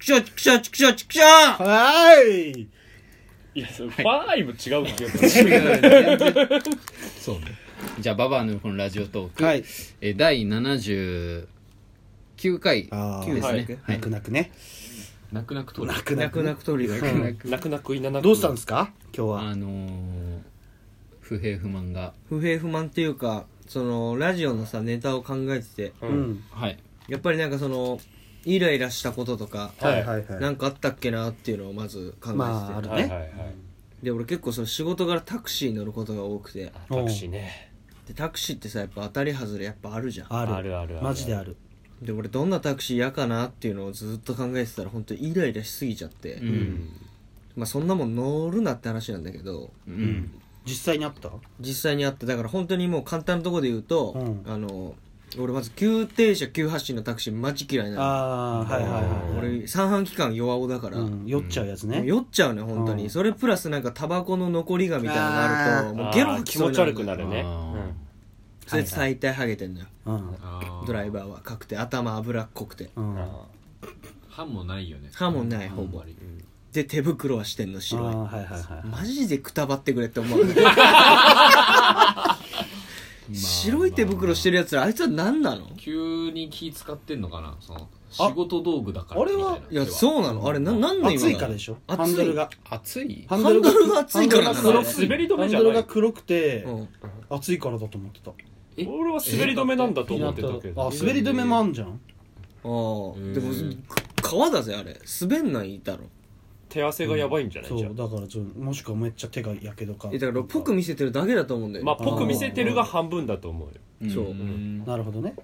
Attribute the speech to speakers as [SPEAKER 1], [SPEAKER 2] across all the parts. [SPEAKER 1] しょちくしょちくしょちくしょ
[SPEAKER 2] はーい
[SPEAKER 3] いや、それ、ファーイも違うって言う
[SPEAKER 1] ということでね
[SPEAKER 2] そうね
[SPEAKER 1] じゃあ、ババアのこのラジオトーク、
[SPEAKER 2] はい
[SPEAKER 1] えー第79回
[SPEAKER 2] あ
[SPEAKER 1] です
[SPEAKER 2] ー
[SPEAKER 1] ね。は
[SPEAKER 2] 泣
[SPEAKER 1] い。
[SPEAKER 2] く泣くね
[SPEAKER 1] 泣く泣くと
[SPEAKER 2] 泣く
[SPEAKER 4] 泣
[SPEAKER 2] 泣
[SPEAKER 4] く
[SPEAKER 2] く
[SPEAKER 4] 泣くトリガー
[SPEAKER 1] 泣く
[SPEAKER 3] 泣く泣くいななく
[SPEAKER 2] どうしたんですか今日は
[SPEAKER 1] あのー、不平不満が。
[SPEAKER 4] 不平不満っていうかそのラジオのさネタを考えてて
[SPEAKER 3] う。
[SPEAKER 2] うんん
[SPEAKER 1] はい。
[SPEAKER 4] やっぱりなんかそのイライラしたこととか
[SPEAKER 2] はいはいはい
[SPEAKER 4] なんかあったっけなっていうのをまず考えてて、
[SPEAKER 2] まあある
[SPEAKER 3] はいは
[SPEAKER 2] ね
[SPEAKER 3] いはい。
[SPEAKER 4] で俺結構その仕事からタクシー乗ることが多くて
[SPEAKER 3] あタクシーね。
[SPEAKER 4] でタクシーってさやっぱ当たり外れやっぱあるじゃん
[SPEAKER 2] ある
[SPEAKER 3] あるあるある
[SPEAKER 2] マジである
[SPEAKER 4] で俺どんなタクシー嫌かなっていうのをずっと考えてたら本当イライラしすぎちゃって、
[SPEAKER 1] うん。
[SPEAKER 4] まあそんなもん乗るなって話なんだけど
[SPEAKER 1] うん。
[SPEAKER 2] 実際にあった
[SPEAKER 4] 実際にあってだから本当にもう簡単なところで言うと、
[SPEAKER 2] うん
[SPEAKER 4] あの俺まず急停車急発進のタクシーマジ嫌いなの
[SPEAKER 2] ああはいはいはい
[SPEAKER 4] 俺三半規管弱おだから、
[SPEAKER 2] うん酔っちゃうやつね
[SPEAKER 4] 酔っちゃうね本当に、
[SPEAKER 2] うん
[SPEAKER 4] それプラスなんかタバコの残りがみたいなのがあると
[SPEAKER 2] あー
[SPEAKER 4] もうゲロ
[SPEAKER 3] あー
[SPEAKER 4] 吐き
[SPEAKER 3] 気
[SPEAKER 4] そう
[SPEAKER 3] 持
[SPEAKER 4] に
[SPEAKER 3] ち
[SPEAKER 4] なる
[SPEAKER 3] 悪くなるね。
[SPEAKER 1] あー
[SPEAKER 4] それで大体ハゲてんのよ、
[SPEAKER 2] うん
[SPEAKER 1] あ
[SPEAKER 4] ドライバーはかくて頭脂っこくて
[SPEAKER 2] うん
[SPEAKER 3] うん
[SPEAKER 2] あ
[SPEAKER 1] 歯もないよね
[SPEAKER 4] 歯もないほぼで手袋はしてんの
[SPEAKER 2] ー
[SPEAKER 4] 白い
[SPEAKER 2] はいはいはい
[SPEAKER 4] マジでくたばってくれって思う白い手袋してるやつらあいつは何なの
[SPEAKER 5] 急に気使ってんのかなその仕事道具だから
[SPEAKER 2] あれはい
[SPEAKER 5] みた
[SPEAKER 4] い
[SPEAKER 5] いな
[SPEAKER 4] やそうなのあれな何の今
[SPEAKER 2] 熱いからでしょ
[SPEAKER 4] 熱い
[SPEAKER 2] ハンドルが
[SPEAKER 1] 熱い
[SPEAKER 2] ハ
[SPEAKER 4] ハンドルが熱いから
[SPEAKER 2] ハ
[SPEAKER 4] な
[SPEAKER 2] ン
[SPEAKER 4] の
[SPEAKER 2] ド
[SPEAKER 4] 黒
[SPEAKER 2] ルが黒く
[SPEAKER 3] 滑り止
[SPEAKER 2] ハ
[SPEAKER 3] め
[SPEAKER 2] ン
[SPEAKER 3] じゃ
[SPEAKER 2] ドル
[SPEAKER 3] な
[SPEAKER 2] が
[SPEAKER 3] い。
[SPEAKER 2] 黒くて
[SPEAKER 4] うん
[SPEAKER 2] 熱いからだと思ってた
[SPEAKER 5] え
[SPEAKER 3] 俺は滑り止めなんだと思ってたけど。
[SPEAKER 2] あ滑り止めもあんじゃん
[SPEAKER 4] あーでも
[SPEAKER 5] うん
[SPEAKER 4] 川だぜあれ滑んないだろ
[SPEAKER 3] 手汗がやばいんじゃない
[SPEAKER 2] そ
[SPEAKER 3] じゃ
[SPEAKER 2] う
[SPEAKER 3] あ
[SPEAKER 2] だからちょもしくはめっちゃ手がやけどか
[SPEAKER 4] えだからぽく見せてるだけだと思うんだよ
[SPEAKER 3] まあ、ぽく見せてるが半分だと思うよ。
[SPEAKER 4] そうん
[SPEAKER 2] なるほどね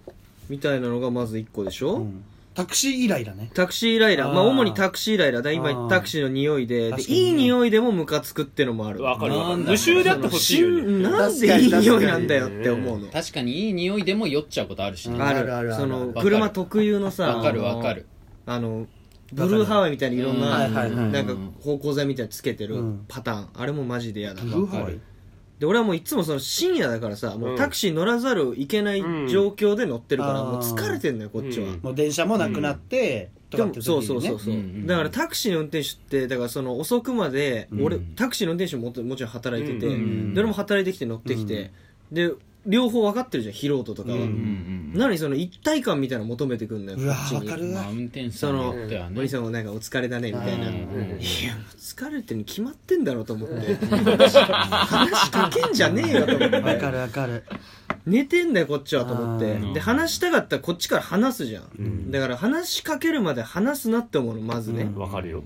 [SPEAKER 4] みたいなのがまず1個でしょ、
[SPEAKER 2] うんタクシー以来だね
[SPEAKER 4] タクシーイライラ
[SPEAKER 2] あー
[SPEAKER 4] まあ主にタクシーイライラだ
[SPEAKER 2] あ
[SPEAKER 4] 今
[SPEAKER 2] ー
[SPEAKER 4] タクシーの匂いでで
[SPEAKER 2] 確かにね
[SPEAKER 4] いい匂いでもムカつくってのもある
[SPEAKER 3] わかるわか
[SPEAKER 1] なん
[SPEAKER 3] る。
[SPEAKER 1] だ
[SPEAKER 3] 無臭であってほしいよ
[SPEAKER 4] しん
[SPEAKER 3] ね。
[SPEAKER 4] なんでいい匂いなんだよって思うの
[SPEAKER 1] 確かにいい匂いでも酔っちゃうことあるしね
[SPEAKER 2] うん
[SPEAKER 4] あ
[SPEAKER 2] あるある
[SPEAKER 4] る
[SPEAKER 2] ある
[SPEAKER 4] そ
[SPEAKER 2] わ
[SPEAKER 4] の
[SPEAKER 1] かる
[SPEAKER 4] 車特有のさ
[SPEAKER 1] わかるわかる
[SPEAKER 4] あのブルーハワイみたいにいろん
[SPEAKER 2] う
[SPEAKER 4] なん
[SPEAKER 2] はいはいはい
[SPEAKER 4] なんか芳香剤みたいにつけてる
[SPEAKER 2] うん
[SPEAKER 4] パターンあれもマジで嫌だ
[SPEAKER 2] ブーハ
[SPEAKER 1] かる
[SPEAKER 2] ワイ
[SPEAKER 4] で俺はもういつもその深夜だからさもうタクシー乗らざるいけない状況で乗ってるから
[SPEAKER 2] うん
[SPEAKER 4] もう疲れてんのよこっちは
[SPEAKER 3] うん
[SPEAKER 2] もう電車もなくなってと
[SPEAKER 4] で
[SPEAKER 2] かっ
[SPEAKER 4] も
[SPEAKER 2] て時
[SPEAKER 4] そう
[SPEAKER 2] に
[SPEAKER 4] そうそう
[SPEAKER 2] ね
[SPEAKER 4] そう、
[SPEAKER 1] うんうん
[SPEAKER 4] だからタクシーの運転手ってだからその遅くまで、
[SPEAKER 2] うん
[SPEAKER 4] 俺タクシーの運転手もももちろん働いてて、
[SPEAKER 3] うん
[SPEAKER 2] うん
[SPEAKER 4] で俺も働いてきて乗ってきて、で両方分かってるじゃん素人とかは、
[SPEAKER 3] う
[SPEAKER 1] うんん
[SPEAKER 4] なのにその一体感みたいなの求めてくんのよ
[SPEAKER 2] うわ
[SPEAKER 4] こっち
[SPEAKER 2] ーわ
[SPEAKER 4] に
[SPEAKER 2] か
[SPEAKER 1] う
[SPEAKER 2] る
[SPEAKER 1] んま
[SPEAKER 2] わ
[SPEAKER 1] あ運転手さ
[SPEAKER 4] そ
[SPEAKER 1] んによ
[SPEAKER 4] の
[SPEAKER 1] ってはね
[SPEAKER 4] 森さんもなんかお疲れだねみたいな、
[SPEAKER 2] う
[SPEAKER 4] い
[SPEAKER 2] ん
[SPEAKER 4] や
[SPEAKER 1] うんうん
[SPEAKER 4] 疲れてるに決まってんだろうと思って話しかけんじゃねえよと思っ
[SPEAKER 2] わか
[SPEAKER 4] て
[SPEAKER 2] るわかる
[SPEAKER 4] 寝てんだよこっちはと思って
[SPEAKER 2] あ
[SPEAKER 1] ー
[SPEAKER 4] で話したかったらこっちから話すじゃん、
[SPEAKER 2] ん
[SPEAKER 4] だから話しかけるまで話すなって思うのまずね、
[SPEAKER 2] うん
[SPEAKER 3] わかるよ。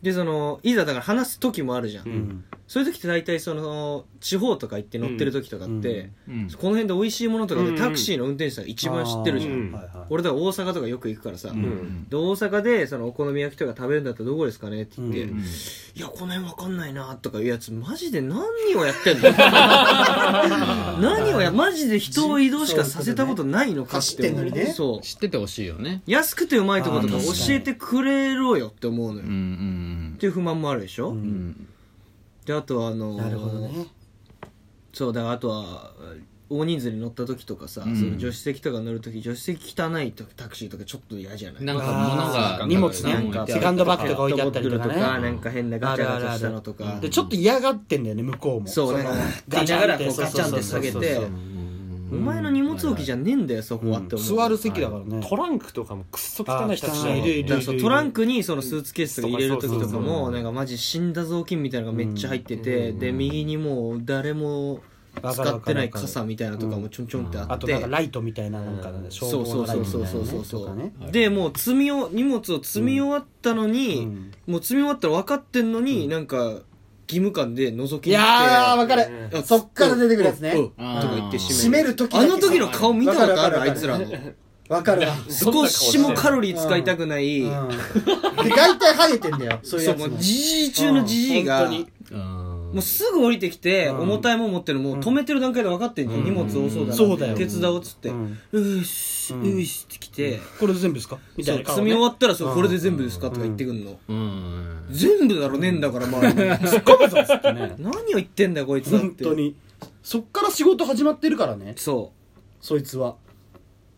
[SPEAKER 4] でそのいざだから話す時もあるじゃん、
[SPEAKER 3] う
[SPEAKER 2] うんん
[SPEAKER 4] そういう時って大体その地方とか行って乗ってる時とかって、
[SPEAKER 1] うん
[SPEAKER 4] この辺で美味しいものとか
[SPEAKER 3] う
[SPEAKER 4] で
[SPEAKER 3] ん
[SPEAKER 4] タクシーの運転手さんが一番知ってるじゃん、
[SPEAKER 3] あーうん
[SPEAKER 2] はいはい
[SPEAKER 4] 俺だから大阪とかよく行くからさ、
[SPEAKER 1] うん
[SPEAKER 3] うん
[SPEAKER 4] で大阪でそのお好み焼きとか食べるんだったらどこですかねって言って、
[SPEAKER 2] う
[SPEAKER 1] うん
[SPEAKER 4] いやこの辺わかんないなとかいうやつマジで何をやってん の何をやマジで人を移動しかさせたことないのかって思
[SPEAKER 2] そうういうことね走ってんのにね
[SPEAKER 4] そう
[SPEAKER 1] 知っててほしいよね
[SPEAKER 4] 安くてうまいとことか
[SPEAKER 2] あー
[SPEAKER 4] 教
[SPEAKER 2] 確かに
[SPEAKER 4] えてくれろよって思うのよ、
[SPEAKER 1] うん
[SPEAKER 4] っ
[SPEAKER 1] うん
[SPEAKER 4] ていう不満もあるでしょ、
[SPEAKER 2] う
[SPEAKER 1] うんん
[SPEAKER 4] であとはあのー
[SPEAKER 2] なるほどね
[SPEAKER 4] そうだからあとは大人数に乗った時とかさ、
[SPEAKER 1] うん
[SPEAKER 4] その助手席とか乗る時助手席汚いとタクシーとかちょっと嫌じゃない
[SPEAKER 1] なんか物
[SPEAKER 2] あ
[SPEAKER 1] が
[SPEAKER 2] ー荷物
[SPEAKER 1] なん
[SPEAKER 2] ね
[SPEAKER 1] か置いてある
[SPEAKER 2] セカンドバッグとか置いてあったり
[SPEAKER 4] ペッ
[SPEAKER 2] と
[SPEAKER 4] ト
[SPEAKER 2] か
[SPEAKER 4] ボトルとか
[SPEAKER 2] ね
[SPEAKER 4] なんか変なガチャガチャしたのとか
[SPEAKER 2] でちょっと嫌がってんだよね向こうも
[SPEAKER 4] そうね
[SPEAKER 2] の
[SPEAKER 4] ガチャガラこう
[SPEAKER 2] そう
[SPEAKER 4] ガチャンって下げ
[SPEAKER 2] そうそう
[SPEAKER 4] て
[SPEAKER 2] そうそう
[SPEAKER 4] お前の荷物置きじゃねえんだよそこはって思う、
[SPEAKER 2] 座る席だからね
[SPEAKER 3] トランクとかもくっそ汚いタクシーだ
[SPEAKER 2] あー
[SPEAKER 3] もん
[SPEAKER 2] 汚い
[SPEAKER 4] だからそうトランクにそのスーツケースとか入れる時とか
[SPEAKER 3] そうそうそうそ
[SPEAKER 4] もなんかマジ死んだ雑巾みたいなのがめっちゃ入ってて、で右にもう誰も使ってない傘みたいなのとかもちょんちょんってあ
[SPEAKER 2] あ
[SPEAKER 4] っ
[SPEAKER 2] と
[SPEAKER 4] て、
[SPEAKER 2] なんかライトみたいななんかね
[SPEAKER 4] そうそうそうそうそうそう
[SPEAKER 2] 消防のライトみたいなねとかね
[SPEAKER 4] でもう積みを荷物を積み終わったのに、
[SPEAKER 2] うん
[SPEAKER 4] もう積み終わったら分かってんのに、なんか義務感で覗き
[SPEAKER 2] い
[SPEAKER 4] に行って
[SPEAKER 2] やーわかる
[SPEAKER 4] うん
[SPEAKER 2] そっから出てくるやつね
[SPEAKER 4] うんうんと
[SPEAKER 1] あー
[SPEAKER 4] か言って閉
[SPEAKER 2] 閉
[SPEAKER 4] め
[SPEAKER 2] め
[SPEAKER 4] る
[SPEAKER 2] る時だ
[SPEAKER 4] あ
[SPEAKER 2] け
[SPEAKER 4] の時の顔見たことある
[SPEAKER 2] わ
[SPEAKER 4] あ
[SPEAKER 2] かる
[SPEAKER 4] い
[SPEAKER 2] わか
[SPEAKER 4] つ
[SPEAKER 2] る
[SPEAKER 4] らの
[SPEAKER 2] わかるわ
[SPEAKER 4] 少しもカロリー使いたくない、
[SPEAKER 2] うんで大体ハゲてんだよそういう
[SPEAKER 4] そ
[SPEAKER 2] や
[SPEAKER 4] うも
[SPEAKER 2] つ
[SPEAKER 4] う
[SPEAKER 2] も
[SPEAKER 4] じじい中のじじいが、
[SPEAKER 2] うん本
[SPEAKER 1] うん
[SPEAKER 4] もうすぐ降りてきて、
[SPEAKER 2] うん
[SPEAKER 4] 重たいもん持ってるのもう止めてる段階で分かってんじゃん、荷物多そうだなって
[SPEAKER 2] そうだよ
[SPEAKER 4] 手伝おうっつって、う
[SPEAKER 2] うん
[SPEAKER 4] ーし、う
[SPEAKER 2] うん
[SPEAKER 4] ーしってきて、
[SPEAKER 2] これで全部ですかみた
[SPEAKER 4] そう
[SPEAKER 2] いな顔
[SPEAKER 4] 積
[SPEAKER 2] ね
[SPEAKER 4] み終わったらそう、
[SPEAKER 2] うん
[SPEAKER 4] これで全部ですかとか言ってくんの、
[SPEAKER 1] うん
[SPEAKER 4] 全部だろねえんだから周りに
[SPEAKER 2] 突っ込むぞっつってね
[SPEAKER 4] 何を言ってんだよこいつだって
[SPEAKER 2] 本当にそっから仕事始まってるからね
[SPEAKER 4] そ
[SPEAKER 2] そいつは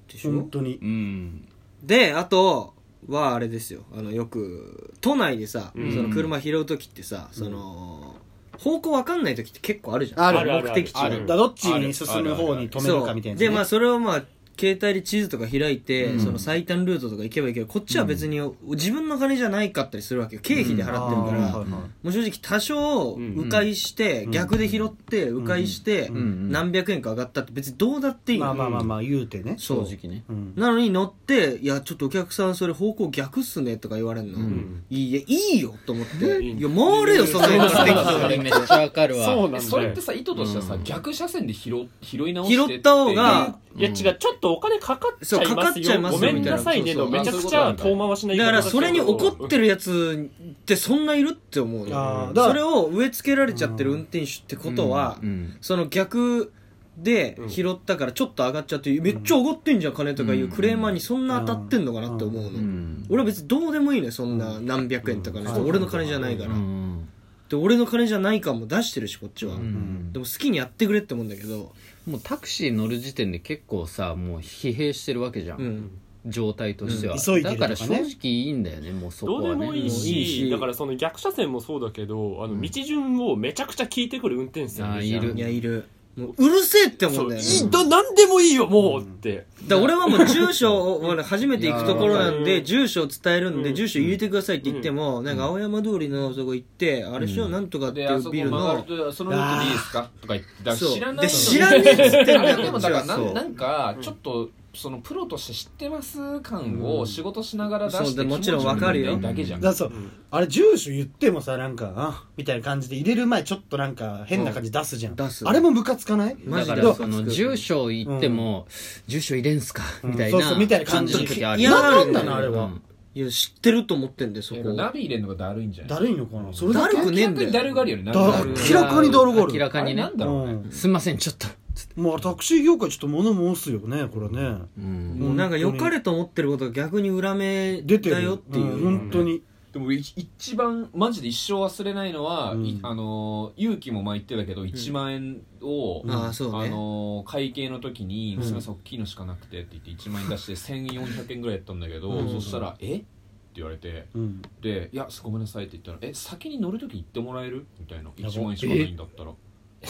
[SPEAKER 4] うでしょ
[SPEAKER 2] 本当に
[SPEAKER 1] うん
[SPEAKER 4] であとはあれですよあのよく都内でさ、
[SPEAKER 3] うん
[SPEAKER 4] その車拾う時ってさその、方向わかんない時って結構あるじゃん
[SPEAKER 2] ある
[SPEAKER 3] ある
[SPEAKER 4] 目的地
[SPEAKER 3] あ
[SPEAKER 2] あ
[SPEAKER 3] る
[SPEAKER 2] るだどっちに進む方に止めるかみたいな
[SPEAKER 4] そ
[SPEAKER 2] ね、
[SPEAKER 4] うでまあそれをまあ携帯で地図とか開いて、
[SPEAKER 2] うん
[SPEAKER 4] その最短ルートとか行けばいいけどこっちは別に、自分の金じゃないかったりするわけよ経費で払ってるから、
[SPEAKER 2] あーはいはい
[SPEAKER 4] もう正直多少
[SPEAKER 3] うん
[SPEAKER 4] 迂回して、
[SPEAKER 2] うん
[SPEAKER 4] 逆で拾って、迂回して、
[SPEAKER 2] うん
[SPEAKER 1] うん
[SPEAKER 4] 何百円か上がったって別にどうだっていいの、
[SPEAKER 2] まあまあまあまあ言うてね
[SPEAKER 4] そう
[SPEAKER 1] 正直ね
[SPEAKER 2] うん
[SPEAKER 4] なのに乗って「いやちょっとお客さんそれ方向逆っすね」とか言われるの、
[SPEAKER 3] ん
[SPEAKER 4] いいやいいよと思って「
[SPEAKER 3] いい
[SPEAKER 4] いや回れよそんなに
[SPEAKER 1] それめっちゃわかるわ
[SPEAKER 3] そうなんだよ
[SPEAKER 5] それってさ意図としてはさ、
[SPEAKER 1] うん
[SPEAKER 5] 逆車線で拾拾い直して
[SPEAKER 4] 拾った方が
[SPEAKER 3] いや違う、ちょっとお金かかっちゃい
[SPEAKER 4] そうか
[SPEAKER 3] ま
[SPEAKER 4] かっ
[SPEAKER 3] す
[SPEAKER 4] ちゃい
[SPEAKER 3] よ
[SPEAKER 4] ますよ
[SPEAKER 3] ごめんなさいねの
[SPEAKER 5] み
[SPEAKER 3] めち
[SPEAKER 5] たいな
[SPEAKER 3] ゃ
[SPEAKER 5] そ
[SPEAKER 3] く
[SPEAKER 5] うそう
[SPEAKER 3] ち
[SPEAKER 5] そう
[SPEAKER 3] ゃ遠回しな言い
[SPEAKER 4] だ
[SPEAKER 3] 方
[SPEAKER 4] から
[SPEAKER 3] する
[SPEAKER 4] それに怒ってるやつってそんないるって思う
[SPEAKER 2] あ
[SPEAKER 4] の
[SPEAKER 2] ーだ
[SPEAKER 4] それを植え付けられちゃってる運転手ってことは、
[SPEAKER 1] うん
[SPEAKER 4] その逆で拾ったからちょっと上がっちゃって、めっちゃ上がってんじゃん金とかいうクレーマーにそんな当たってんのかなって思うの、
[SPEAKER 1] うん
[SPEAKER 4] 俺は別にどうでもいいのよそんな何百円とかね、
[SPEAKER 2] うん
[SPEAKER 4] 俺の金じゃないから、
[SPEAKER 1] うん
[SPEAKER 4] で俺の金じゃない感も出してるしこっちは、
[SPEAKER 1] うん
[SPEAKER 4] でも好きにやってくれって思うんだけど、
[SPEAKER 1] もうタクシー乗る時点で結構さもう疲弊してるわけじゃん、
[SPEAKER 4] うん
[SPEAKER 1] 状態としては、
[SPEAKER 2] うん急いで
[SPEAKER 1] だ
[SPEAKER 2] ると
[SPEAKER 1] か
[SPEAKER 2] かね
[SPEAKER 1] ら正直いいんだよねもうそこ
[SPEAKER 3] ど
[SPEAKER 1] は
[SPEAKER 3] う
[SPEAKER 1] ね
[SPEAKER 3] でもいいし
[SPEAKER 4] いいし
[SPEAKER 3] だからその逆車線もそうだけどあの道順をめちゃくちゃ聞いてくる運転手さんるじゃん
[SPEAKER 1] あーいる
[SPEAKER 4] いやいるもううるせえって思
[SPEAKER 3] そ
[SPEAKER 4] うん
[SPEAKER 3] う
[SPEAKER 4] だ
[SPEAKER 3] い
[SPEAKER 4] よね
[SPEAKER 3] いだ何でもいいよもうって、
[SPEAKER 4] だから俺はもう住所を俺初めて行くところなん
[SPEAKER 3] いや
[SPEAKER 4] で
[SPEAKER 3] ー
[SPEAKER 4] 住所を伝えるん
[SPEAKER 3] う
[SPEAKER 4] で
[SPEAKER 3] ん
[SPEAKER 4] 住所入れてくださいって言ってもなんか青山通りのそこ行ってあれしようなんとかってい
[SPEAKER 5] であそうこ
[SPEAKER 4] ビル
[SPEAKER 5] 曲がる
[SPEAKER 4] の
[SPEAKER 5] とそのルートでいいですかとか言ってだから
[SPEAKER 4] そう
[SPEAKER 5] 知らない
[SPEAKER 4] で
[SPEAKER 5] の
[SPEAKER 4] 知らねえっ
[SPEAKER 5] に
[SPEAKER 4] つってん
[SPEAKER 5] あ
[SPEAKER 4] だ
[SPEAKER 5] れ
[SPEAKER 4] よ
[SPEAKER 5] で
[SPEAKER 4] こ
[SPEAKER 5] も
[SPEAKER 4] っち
[SPEAKER 5] だから
[SPEAKER 4] は
[SPEAKER 5] な
[SPEAKER 4] そ
[SPEAKER 5] んな
[SPEAKER 4] うん
[SPEAKER 5] かちょっとそのプロとして知ってます感を仕事しながら出して
[SPEAKER 4] そうでもち
[SPEAKER 5] 気
[SPEAKER 4] ろ
[SPEAKER 5] 持
[SPEAKER 4] ん
[SPEAKER 5] ち
[SPEAKER 4] わかるよ
[SPEAKER 5] いいだけじゃん
[SPEAKER 2] だからそう、あれ住所言ってもさなんかあみたいな感じで入れる前ちょっとなんか変な感じ出すじゃん、
[SPEAKER 4] 出す
[SPEAKER 2] あれもムカつかない
[SPEAKER 4] マ
[SPEAKER 1] だ
[SPEAKER 4] ジ
[SPEAKER 1] か
[SPEAKER 4] で
[SPEAKER 1] らその住所行っても、住所入れんすかみたいな、
[SPEAKER 2] うんそうそうみたいな感じ
[SPEAKER 1] の時ある
[SPEAKER 4] 嫌がるんだよ
[SPEAKER 2] なんだなあれは
[SPEAKER 1] うん
[SPEAKER 4] いや知ってると思ってんでそ
[SPEAKER 5] え
[SPEAKER 4] こ
[SPEAKER 5] ナビ入れるのがだるいんじゃな
[SPEAKER 2] だ
[SPEAKER 5] い
[SPEAKER 2] るいのかなそれだ
[SPEAKER 4] だ
[SPEAKER 2] け
[SPEAKER 4] るくねえんだ
[SPEAKER 5] 逆にだる
[SPEAKER 4] よ
[SPEAKER 5] があるよねナビ
[SPEAKER 2] だ
[SPEAKER 5] だる
[SPEAKER 2] 明らかに泥棒ある
[SPEAKER 1] 明らかにね
[SPEAKER 5] あれなんだろうね
[SPEAKER 2] うん
[SPEAKER 1] すんませんちょっとつって
[SPEAKER 2] もうタクシー業界ちょっと物申すよねこれね
[SPEAKER 1] うん
[SPEAKER 4] もうなんか良かれと思ってることが逆に裏目
[SPEAKER 2] 出てる
[SPEAKER 4] だよっていう、
[SPEAKER 2] ん本当に
[SPEAKER 5] でもい一番マジで一生忘れないのは、
[SPEAKER 2] うん
[SPEAKER 5] いあのー勇気も前言ってたけど1万円を、
[SPEAKER 4] ああそう
[SPEAKER 5] あ
[SPEAKER 4] ね
[SPEAKER 5] のー会計の時に
[SPEAKER 2] うん
[SPEAKER 5] 娘さん大きいのしかなくてって言って1万円出して1400円ぐらいやったんだけど、
[SPEAKER 2] うん
[SPEAKER 5] そしたら「えっ?」て言われて
[SPEAKER 2] うん
[SPEAKER 5] 「でいやごめんなさい」って言ったら「え先に乗る時行ってもらえる?」みたいな
[SPEAKER 2] やば
[SPEAKER 5] 1万円しかないんだったら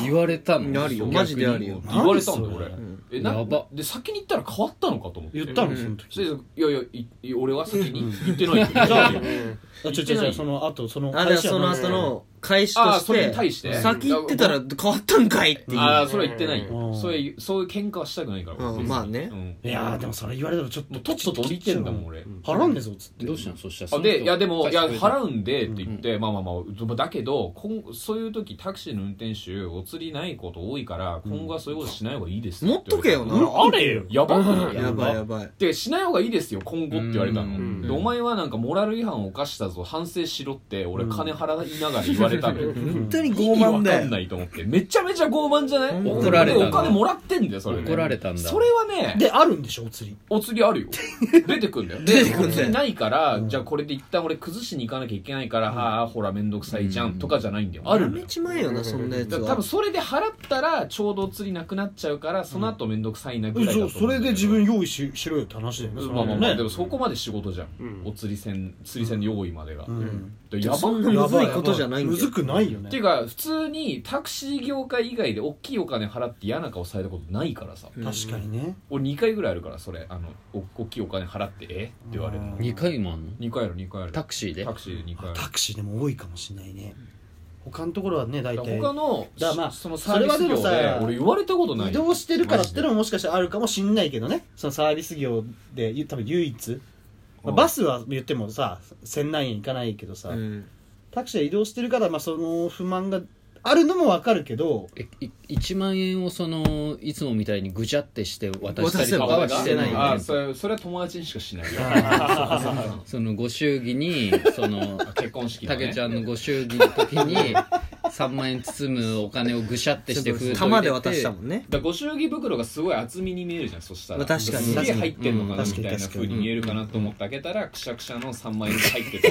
[SPEAKER 1] 言われたの
[SPEAKER 4] あるよ
[SPEAKER 5] そう
[SPEAKER 4] マジであるよ
[SPEAKER 5] 逆に言われたんだ
[SPEAKER 2] 何それ
[SPEAKER 5] 俺、
[SPEAKER 4] ん
[SPEAKER 5] えな
[SPEAKER 1] やば
[SPEAKER 5] で先に行ったら変わったのかと思って
[SPEAKER 2] 言った
[SPEAKER 4] う
[SPEAKER 2] の
[SPEAKER 4] ん
[SPEAKER 2] その
[SPEAKER 5] それ
[SPEAKER 2] 時
[SPEAKER 5] でいやいやいい俺は先に
[SPEAKER 2] うん
[SPEAKER 5] 行ってないよ行ってない よ
[SPEAKER 2] あちょちょちょその後その
[SPEAKER 4] あだからその
[SPEAKER 2] 会社
[SPEAKER 4] 後の返しと
[SPEAKER 5] あー
[SPEAKER 4] し
[SPEAKER 5] それ
[SPEAKER 4] て
[SPEAKER 5] に対して
[SPEAKER 4] 先行ってたら変わったんかいっていう
[SPEAKER 5] ああそれは言ってない
[SPEAKER 2] うん
[SPEAKER 5] よそういうそういう喧嘩はしたくないから
[SPEAKER 4] うん
[SPEAKER 5] 別に
[SPEAKER 4] まあね
[SPEAKER 5] うん
[SPEAKER 2] いやーでもそれ言われたらちょっ
[SPEAKER 5] も
[SPEAKER 2] と
[SPEAKER 5] うとっとと降りてんだもん俺
[SPEAKER 2] 払うんでぞっつって
[SPEAKER 1] どうしたのそしたら
[SPEAKER 5] あでいやでもいや払
[SPEAKER 1] う
[SPEAKER 5] うんでって言ってまあまあまあだけどこんそういう時タクシーの運転手お釣りないこと多いから今後はそういうことしない方がいいです
[SPEAKER 4] 持っとけよな、
[SPEAKER 5] うん
[SPEAKER 3] あれよ
[SPEAKER 5] やばくない
[SPEAKER 4] やばいやばい
[SPEAKER 5] でしない方がいいですよ今後って言われたの、
[SPEAKER 3] うん
[SPEAKER 5] でお前はなんかモラル違反を犯したぞ反省しろって俺金払いながら言われたのよ
[SPEAKER 4] 本当に
[SPEAKER 5] 意
[SPEAKER 4] 傲
[SPEAKER 5] 味わ
[SPEAKER 4] 慢だ
[SPEAKER 5] か
[SPEAKER 4] よ
[SPEAKER 5] んないと思ってめちゃめちゃ傲慢じゃない
[SPEAKER 4] うん
[SPEAKER 1] 怒られた
[SPEAKER 5] 俺
[SPEAKER 1] の
[SPEAKER 5] お金もらってんだよそれ、ね、
[SPEAKER 1] 怒られたんだ
[SPEAKER 5] それはね
[SPEAKER 2] であるんでしょお釣り
[SPEAKER 5] お釣りあるよ出てくんだよ
[SPEAKER 4] 出てくんだよ
[SPEAKER 5] お釣りないから、じゃあこれで一旦俺崩しに行かなきゃいけないから、はあほらめんどくさいじゃん、とかじゃないんだよある
[SPEAKER 4] や
[SPEAKER 5] んだ
[SPEAKER 4] め
[SPEAKER 5] よ
[SPEAKER 4] ちまえよなそんなやつ
[SPEAKER 5] だから
[SPEAKER 4] は
[SPEAKER 5] 多分それで払ったらちょうどお釣りなくなっちゃうからその後めんどくさいなぐらいだと
[SPEAKER 2] そ
[SPEAKER 5] 思
[SPEAKER 2] う
[SPEAKER 5] うんだけ
[SPEAKER 2] そ
[SPEAKER 5] ど
[SPEAKER 2] れで自分用意ししろよって話だよね
[SPEAKER 5] まあまあまあ、
[SPEAKER 2] ね
[SPEAKER 5] でもそこまで仕事じゃん、
[SPEAKER 3] うん
[SPEAKER 5] お釣り船釣り船用意までが、
[SPEAKER 2] うん
[SPEAKER 5] でやば
[SPEAKER 4] そん
[SPEAKER 5] っ
[SPEAKER 4] なむず
[SPEAKER 2] ば
[SPEAKER 4] いことじゃないん
[SPEAKER 2] む
[SPEAKER 4] だよ
[SPEAKER 2] ずくないよね
[SPEAKER 5] ていうか普通にタクシー業界以外で大きいお金払って嫌な顔されたことないからさ、
[SPEAKER 4] うん
[SPEAKER 2] 確かにね
[SPEAKER 5] 俺2回ぐらいあるからそれあのお大きいお金払ってえって言われるの
[SPEAKER 2] うん
[SPEAKER 1] 2回もあんの
[SPEAKER 5] 2回ある2回ある
[SPEAKER 1] タクシーで
[SPEAKER 5] タクシーで2回ある
[SPEAKER 2] タクシーでも多いかもしれないね他のところはね大
[SPEAKER 5] だから
[SPEAKER 2] 体
[SPEAKER 5] 他の
[SPEAKER 2] だからまあ
[SPEAKER 5] そのサービス業
[SPEAKER 2] それはでも
[SPEAKER 5] で
[SPEAKER 2] さ
[SPEAKER 5] 俺言われたことない
[SPEAKER 2] 移動してるからっての
[SPEAKER 5] マ
[SPEAKER 2] ももしかしたらあるかもしんないけどねそのサービス業でゆ多分唯一、まあ
[SPEAKER 5] うん
[SPEAKER 2] バスは言ってもさ船内円行かないけどさ、
[SPEAKER 4] うん
[SPEAKER 2] タクシーは移動してるから、まあ、その不満があるのもわかるけど
[SPEAKER 1] えい1万円をそのいつもみたいにぐちゃってして渡したり
[SPEAKER 5] ジで
[SPEAKER 1] とかは
[SPEAKER 4] 渡せば
[SPEAKER 1] してないんだ
[SPEAKER 5] あ
[SPEAKER 1] よ
[SPEAKER 5] それそれは友達にしかしないよ
[SPEAKER 1] そのご祝儀にその
[SPEAKER 5] 結婚式の
[SPEAKER 1] た
[SPEAKER 5] ね
[SPEAKER 1] けちゃんのご祝儀の時に3万円包むお金をぐしゃってして封筒
[SPEAKER 4] 玉で渡したも
[SPEAKER 1] ん
[SPEAKER 4] んね
[SPEAKER 5] だからご祝儀袋がすごい厚みに見えるじゃんそした
[SPEAKER 4] ま
[SPEAKER 5] ら
[SPEAKER 4] あ確かに
[SPEAKER 5] すげえ入ってんのかな
[SPEAKER 2] うん
[SPEAKER 5] みたいな
[SPEAKER 2] 確かに
[SPEAKER 5] 風に見えるかなと思って開けたらくしゃくしゃの3万円が入っ てた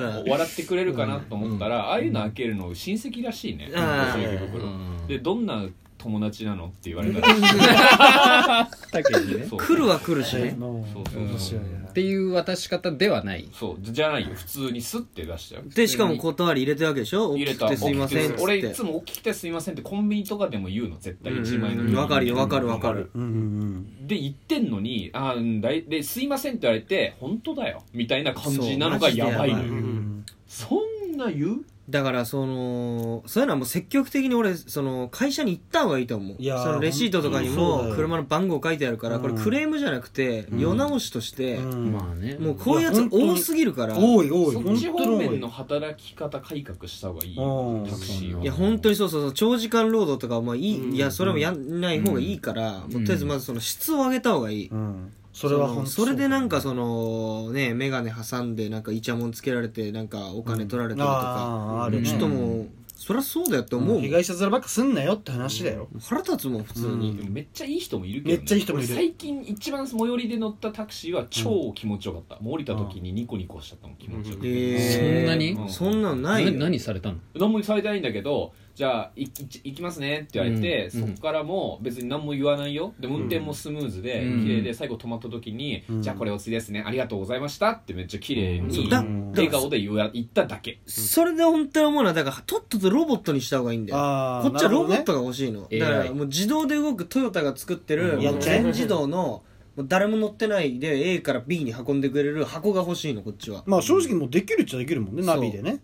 [SPEAKER 5] ら
[SPEAKER 4] うん
[SPEAKER 5] 笑ってくれるかなと思ったらああいうの開けるの親戚らしいね
[SPEAKER 4] あー
[SPEAKER 5] ご祝儀袋でどんな友達なのって言われたら しい
[SPEAKER 1] 他県にね
[SPEAKER 5] そう
[SPEAKER 4] 来るは来るし
[SPEAKER 2] え
[SPEAKER 4] ね
[SPEAKER 2] ー。の
[SPEAKER 5] そうそう
[SPEAKER 2] 面白い
[SPEAKER 1] っ
[SPEAKER 2] な
[SPEAKER 1] ていう渡し方ではない
[SPEAKER 5] そうじゃないよ普通にスッて出しちゃう
[SPEAKER 4] で、しかも断り入れてるわけでしょ
[SPEAKER 5] 入
[SPEAKER 4] 大
[SPEAKER 5] れ
[SPEAKER 4] き
[SPEAKER 5] た
[SPEAKER 4] くてすいませんっつって。
[SPEAKER 5] 大きくて俺いつも大きくてすいませんってコンビニとかでも言うの絶対
[SPEAKER 4] うん
[SPEAKER 5] 一枚の
[SPEAKER 4] うんわかるよ、わかるわかる。
[SPEAKER 2] うんうん
[SPEAKER 5] で言ってんのにあーうんだいですいませんって言われて本当だよみたいな感じなのが
[SPEAKER 4] そう
[SPEAKER 5] やばい
[SPEAKER 2] うん
[SPEAKER 5] の
[SPEAKER 4] マジ
[SPEAKER 5] よ
[SPEAKER 4] でやばい
[SPEAKER 5] そんな言う
[SPEAKER 4] だから、その、そういうのはもう積極的に俺、その、会社に行った方がいいと思う。
[SPEAKER 2] いやー
[SPEAKER 4] そのレシートとかに
[SPEAKER 2] 本当にそうだ
[SPEAKER 4] も、
[SPEAKER 2] よ
[SPEAKER 4] 車の番号書いてあるから、これ
[SPEAKER 2] うん
[SPEAKER 4] クレームじゃなくて、
[SPEAKER 2] うん
[SPEAKER 4] 世直しとして、
[SPEAKER 2] うん
[SPEAKER 1] まあね
[SPEAKER 4] もうこういうやつ多すぎるから、
[SPEAKER 2] 多い多い
[SPEAKER 5] そっ
[SPEAKER 2] 本
[SPEAKER 5] ち
[SPEAKER 2] 当
[SPEAKER 5] 方面
[SPEAKER 2] に
[SPEAKER 5] の働き方改革した方がいい
[SPEAKER 2] うん
[SPEAKER 5] タクシー
[SPEAKER 1] そう
[SPEAKER 5] を
[SPEAKER 1] ね
[SPEAKER 4] いや本当にそうそうそう長時間労働とかはまあいい、
[SPEAKER 3] うん
[SPEAKER 4] いやそれもやんない方がいいから、
[SPEAKER 1] ん
[SPEAKER 4] もうとりあえずまずその質を上げた方がいい、
[SPEAKER 2] 多いうんそれは本当
[SPEAKER 4] そのそれでなんか
[SPEAKER 2] の
[SPEAKER 4] そのね眼鏡挟んでなんかイチャモンつけられてなんかお金取られたりとか、
[SPEAKER 2] あーあるね
[SPEAKER 4] ちょっともう、
[SPEAKER 1] う
[SPEAKER 4] そりゃそうだよって思うもん、
[SPEAKER 2] 被害者面ばっかすんなよって話だよ
[SPEAKER 4] 腹立つもん普通に、
[SPEAKER 5] でもめっちゃいい人もいるけど、ね、
[SPEAKER 2] めっちゃいい人もいる
[SPEAKER 5] 俺最近一番最寄りで乗ったタクシーは超気持ちよかった、もう降りた時にニコニコしちゃったもん気持ちよくて、
[SPEAKER 4] えー
[SPEAKER 1] そんなに
[SPEAKER 5] うん
[SPEAKER 4] そんなのないよ
[SPEAKER 1] な何されたの
[SPEAKER 5] 何もされてないんだけどじゃあ行き行きますねって言われて、
[SPEAKER 1] うん
[SPEAKER 5] そこからもう別に何も言わないよでも運転もスムーズで、
[SPEAKER 1] うん
[SPEAKER 5] 綺麗で最後止まった時に、
[SPEAKER 2] うん
[SPEAKER 5] じゃあこれお釣りですねありがとうございましたってめっちゃ綺麗
[SPEAKER 3] そ
[SPEAKER 5] に
[SPEAKER 4] だ
[SPEAKER 5] 笑顔で言わ言っただけ
[SPEAKER 4] それで本当に思うのはだからとっととロボットにした方がいいんだよ
[SPEAKER 2] あ
[SPEAKER 4] こっちはロボットが欲しいの、
[SPEAKER 1] AI
[SPEAKER 4] だからもう自動で動くトヨタが作ってる
[SPEAKER 5] うん
[SPEAKER 2] やっちゃえ
[SPEAKER 4] 全自動のもう誰も乗ってないで A から B に運んでくれる箱が欲しいのこっちは
[SPEAKER 2] まあ正直もうできるっちゃできるもんね
[SPEAKER 4] そう
[SPEAKER 2] ナビでね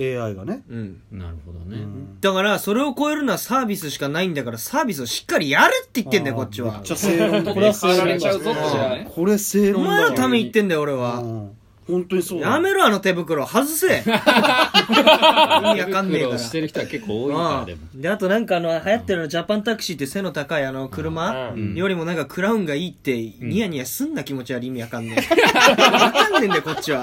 [SPEAKER 2] AI がね
[SPEAKER 4] うん
[SPEAKER 1] なるほど
[SPEAKER 2] う
[SPEAKER 1] ね、
[SPEAKER 2] ん
[SPEAKER 4] だからそれを超えるのはサービスしかないんだからサービスをしっかりやれって言ってんだよこっち
[SPEAKER 2] め
[SPEAKER 4] は
[SPEAKER 2] っちゃ正論だこれは正
[SPEAKER 5] 変わら
[SPEAKER 2] 論
[SPEAKER 5] れちゃうぞって
[SPEAKER 4] じゃ
[SPEAKER 2] だ
[SPEAKER 5] ない
[SPEAKER 2] これ正
[SPEAKER 4] お
[SPEAKER 2] 論だ
[SPEAKER 4] 前のため
[SPEAKER 2] に
[SPEAKER 4] に言ってんだよ俺は
[SPEAKER 2] 本当にそうだ
[SPEAKER 4] やめろあの手袋外せ意味わかんねえか
[SPEAKER 1] 苦労
[SPEAKER 4] ら
[SPEAKER 1] してる人は結構多い
[SPEAKER 4] あ
[SPEAKER 1] か
[SPEAKER 4] あ
[SPEAKER 1] らでも
[SPEAKER 4] であとなんかあの流行ってるのジャパンタクシーって背の高いあの車
[SPEAKER 3] うん
[SPEAKER 4] よ りもなんかクラウンがいいってニヤニヤすんな気持ち悪い意味わかんねえわかんねえんだよこっちは